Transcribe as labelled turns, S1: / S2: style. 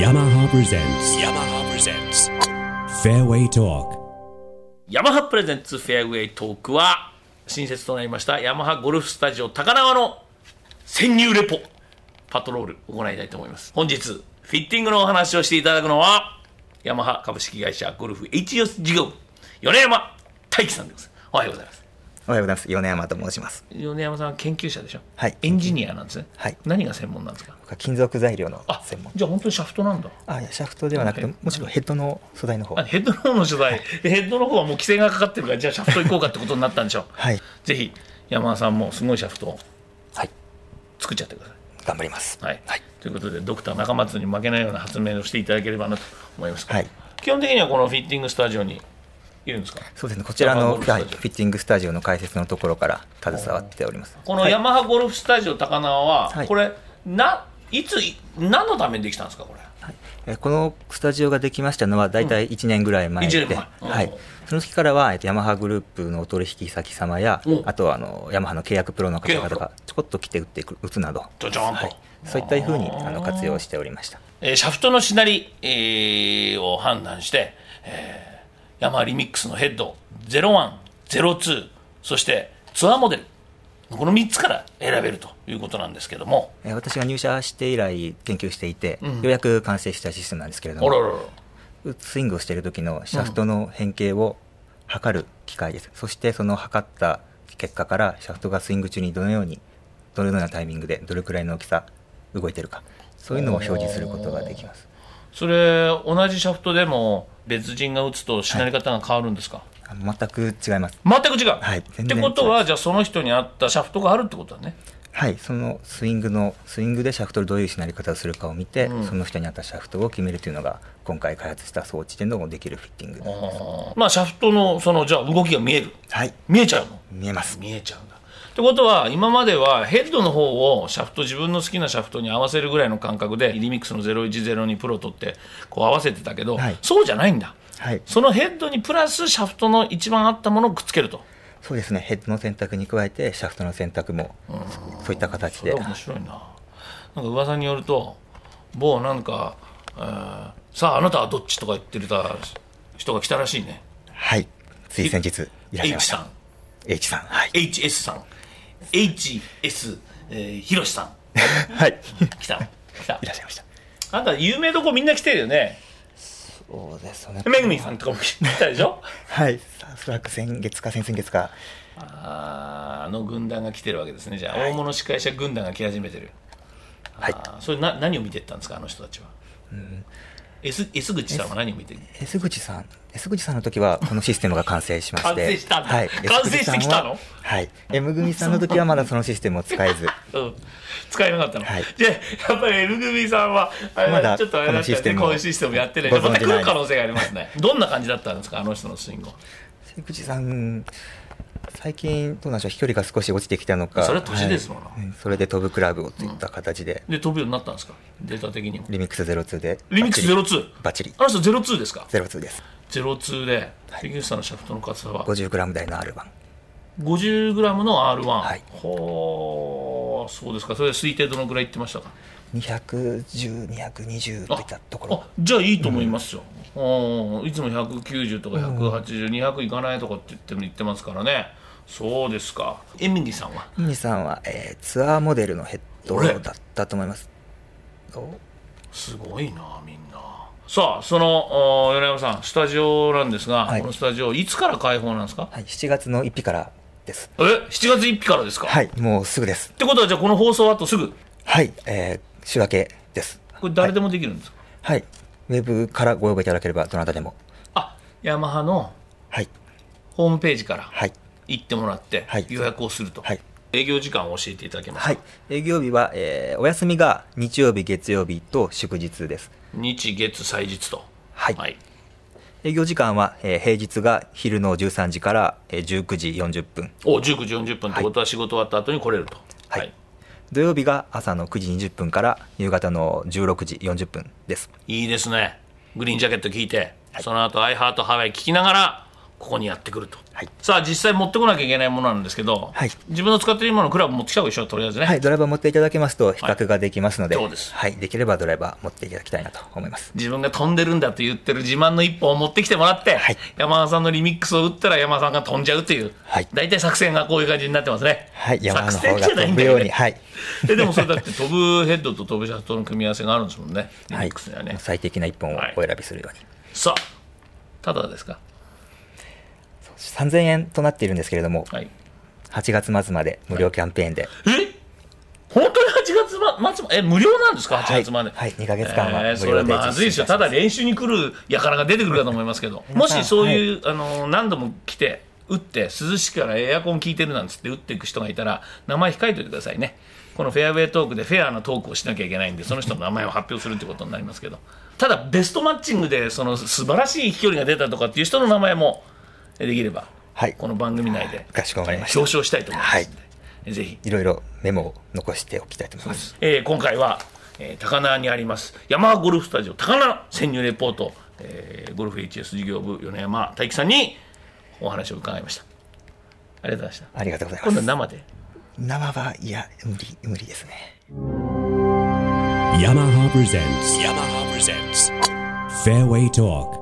S1: yamaha presents yamaha presents fairway talk
S2: ヤマハプレゼンツフェアウェイトークは、新設となりました、ヤマハゴルフスタジオ高輪の潜入レポ、パトロールを行いたいと思います。本日、フィッティングのお話をしていただくのは、ヤマハ株式会社ゴルフ HOS 事業部、米山大輝さんでございます。おはようございます。
S3: おはようございます。米山と申します。
S2: 米山さんは研究者でしょ
S3: はい
S2: エンジニアなんですね。
S3: はい
S2: 何が専門なんですか
S3: 僕は金属材料の
S2: あ、
S3: 専門。
S2: じゃあ本当にシャフトなんだ。
S3: あいやシャフトではなくて、
S2: はい
S3: もちろんヘッドの素材の方。
S2: あヘッドの方の取材、ヘッドの方はもう規制がかかってるから、じゃあシャフト行こうかってことになったんでしょう。
S3: はい。
S2: ぜひ山田さんもすごいシャフトを
S3: はい。
S2: 作っちゃってください。
S3: 頑張ります。
S2: はい
S3: はい。
S2: ということでドクター中松に負けないような発明をしていただければなと思います、
S3: はい
S2: 基本的にはこのフィッティングスタジオにいるんですか
S3: そうですね。こちらの、
S2: ヤマハ
S3: はい、
S2: ゴル
S3: フ
S2: フスタジオ
S3: ィッティングスタジオの解説のところから携わっております。
S2: このヤマハゴルフスタジオ高輪は、
S3: はい
S2: これないつい何のためにできたんですかこれ
S3: えーこのスタジオができましたのは大体1年ぐらい前で、
S2: 一年前うん
S3: はい、その時からは、えっと、ヤマハグループのお取引先様や
S2: うん
S3: あとはあのヤマハの契約プロの方々
S2: 契約
S3: がちょこっと来て打ってくる打つなど、
S2: ちょちょんと、
S3: はい、そういったふうにあの活用しておりました
S2: えーシャフトのしなり、えーを判断して、えーヤマハリミックスのヘッド0102そしてツアーモデルこの3つから選べるということなんですけども
S3: えー私が入社して以来研究していて、ようやく完成したシステムなんですけれど
S2: あら
S3: も
S2: らら
S3: スイングをしている時のシャフトの変形を測る機械です、そしてその測った結果からシャフトがスイング中にどのようにどのようなタイミングでどれくらいの大きさ動いてるかそういうのを表示することができます
S2: それ同じシャフトでも別人が打つとしなり方が変わるんですか、
S3: あの全く違います
S2: 全く違う、
S3: はい
S2: っ
S3: 全
S2: て
S3: 然
S2: ことはじゃあその人に合ったシャフトがあるってことだね
S3: はいそのスイングのスイングでシャフトをどういうしなり方をするかを見て、その人に合ったシャフトを決めるというのが今回開発した装置でのできるフィッティングです
S2: まあシャフトのそのじゃあ動きが見える
S3: はい
S2: 見えちゃうの
S3: 見えます
S2: 見えちゃうんだってことは今まではヘッドの方をシャフト自分の好きなシャフトに合わせるぐらいの感覚でリミックスの0102プロとってこう合わせてたけど、
S3: はい
S2: そうじゃないんだ
S3: はい
S2: そのヘッドにプラスシャフトの一番合ったものをくっつけると
S3: そうですねヘッドの選択に加えてシャフトの選択もそういった形で
S2: 面白いななんか噂によると某なんか、えーさああなたはどっち?」とか言ってた人が来たらしいね
S3: はいつい先日いらっしゃい
S2: H
S3: まし
S2: さ
S3: た
S2: ん
S3: H さんはい
S2: HS さん HS えーひろしさん
S3: はい
S2: 来た来た
S3: いらっしゃいました
S2: あんた有名どこみんな来てるよね
S3: そうですね
S2: めぐみさんとかも来たでしょ
S3: はいさおそらく先月か先々月か
S2: あーあの軍団が来てるわけですねじゃあ大物司会者軍団が来始めてる
S3: はい
S2: あーそれな何を見てったんですかあの人たちは、S, S 口さんは何を見てる
S3: S 口さん S 口さんの 時はこのシステムが完成しまして
S2: 完成したんだ
S3: はい、
S2: 完成してきたの
S3: S 口さんははい M 組さんの時はまだそのシステムを使えず
S2: うん使えなかったの、
S3: はい
S2: でやっぱり M 組さんはあれ
S3: まだ
S2: ちょっとあれだった
S3: このシステ
S2: ね
S3: ムを
S2: こういうシステムやってない
S3: ご存
S2: また
S3: じ
S2: 来
S3: ない
S2: る可能性があります ねどんな感じだったんですかあの人のスイングは
S3: S 口さん最近どうなんでしょう飛距離が少し落ちてきたのか
S2: それは年ですもの
S3: いうんそれで飛ぶクラブをといった形で、
S2: で飛ぶようになったんですかデータ的にも
S3: リミックス02で
S2: リミックス
S3: バッチ
S2: 02?
S3: バッチリ
S2: あの人02ですか
S3: リ02です
S2: 02で関口さんのシャフトの硬さは
S3: 50g 台の R1
S2: 50g の R1
S3: はい
S2: ほーそうですかそれで推定どのぐらいいってましたか
S3: 210,220といったところ
S2: あじゃあいいと思いますよ、うんいつも190とか180200いかないとかって言っても言ってますからねそうですかエミリーさんは
S3: ミニさんは、えーツアーモデルのヘッド
S2: これ
S3: だったと思いますお
S2: すごいなみんなさあそのお米山さんスタジオなんですが、
S3: はい
S2: このスタジオいつから開放なんですか
S3: はい、7月の1日からです
S2: え7月1日からですか、
S3: はいもうすぐです
S2: ってことはじゃあこの放送あとすぐ
S3: はい、えー週明けです
S2: これ誰でもできるんですか、
S3: はいウェブからご応募いただければどなたでも
S2: あヤマハの
S3: はい
S2: ホームページから
S3: はい
S2: 行ってもらって
S3: はい
S2: 予約をすると、
S3: はい
S2: 営業時間を教えていただけますか、
S3: はい営業日は、えーお休みが日曜日月曜日と祝日です
S2: 日月祭日と
S3: はい
S2: はい
S3: 営業時間は、えー平日が昼の13時から、えー19時40分
S2: お19時40分ってことは仕事終わった後に来れると
S3: はい土曜日が朝の9時20分から夕方の16時40分です
S2: いいですねグリーンジャケット聞いて、その後アイハートハワイ聞きながらここにやってくると、
S3: はい
S2: さあ実際持ってこなきゃいけないものなんですけど、
S3: はい
S2: 自分の使っているもののクラブ持ってきた方がいいでしょとりあえずね、
S3: はい、ドライバー持っていただけますと比較ができますので、
S2: は
S3: はいい、
S2: そうです
S3: できればドライバー持っていただきたいなと思います。
S2: 自分が飛んでるんだと言ってる自慢の一本を持ってきてもらって、
S3: はい
S2: 山田さんのリミックスを打ったら山田さんが飛んじゃうっていう、
S3: はい
S2: 大体作戦がこういう感じになってますね。
S3: はい、山の
S2: 作
S3: 方
S2: 戦
S3: が
S2: じゃない
S3: 飛
S2: んだ
S3: ぶ
S2: よ
S3: よう
S2: ね
S3: に、はい、
S2: えでもそれだって飛ぶヘッドと飛ぶシャフトの組み合わせがあるんですもんね、リミ
S3: は
S2: ッ
S3: い
S2: クスにはね。
S3: 最適な一本をお選びするように。
S2: さあ、ただですか、
S3: 3000円となっているんですけれども、
S2: はい、
S3: 8月末まで無料キャンペーンで、
S2: え本当に8月ま末まで、え、無料なんですか、8月まで。
S3: はい、2ヶ月間は無料
S2: え
S3: で
S2: ーそれまずいですよ、
S3: 実
S2: た
S3: 施しま
S2: だ練習に来るやからが出てくるかと思いますけど、もしそういう、あの何度も来て、打って、涼しくからエアコン効いてるなんつって打っていく人がいたら、名前控えておいてくださいね、このフェアウェイトークでフェアなトークをしなきゃいけないんで、その人の名前を発表するってことになりますけど、ただ、ベストマッチングでその素晴らしい飛距離が出たとかっていう人の名前もえできれば、
S3: はい
S2: この番組内で
S3: かしこまりました
S2: 表彰したいと思いますので、えぜひ
S3: いろいろメモを残しておきたいと思います。
S2: えー今回は、えー高輪にあります山ゴルフスタジオ高輪の潜入レポート、えーゴルフ HS 事業部米山大樹さんにお話を伺いましたありがとうございました
S3: ありがとうござい
S2: 今度
S3: ま
S2: は
S3: す。
S2: 生で
S3: 生はいや無理無理ですね。
S1: Yamaha presents. Yamaha presents. Fairway Talk.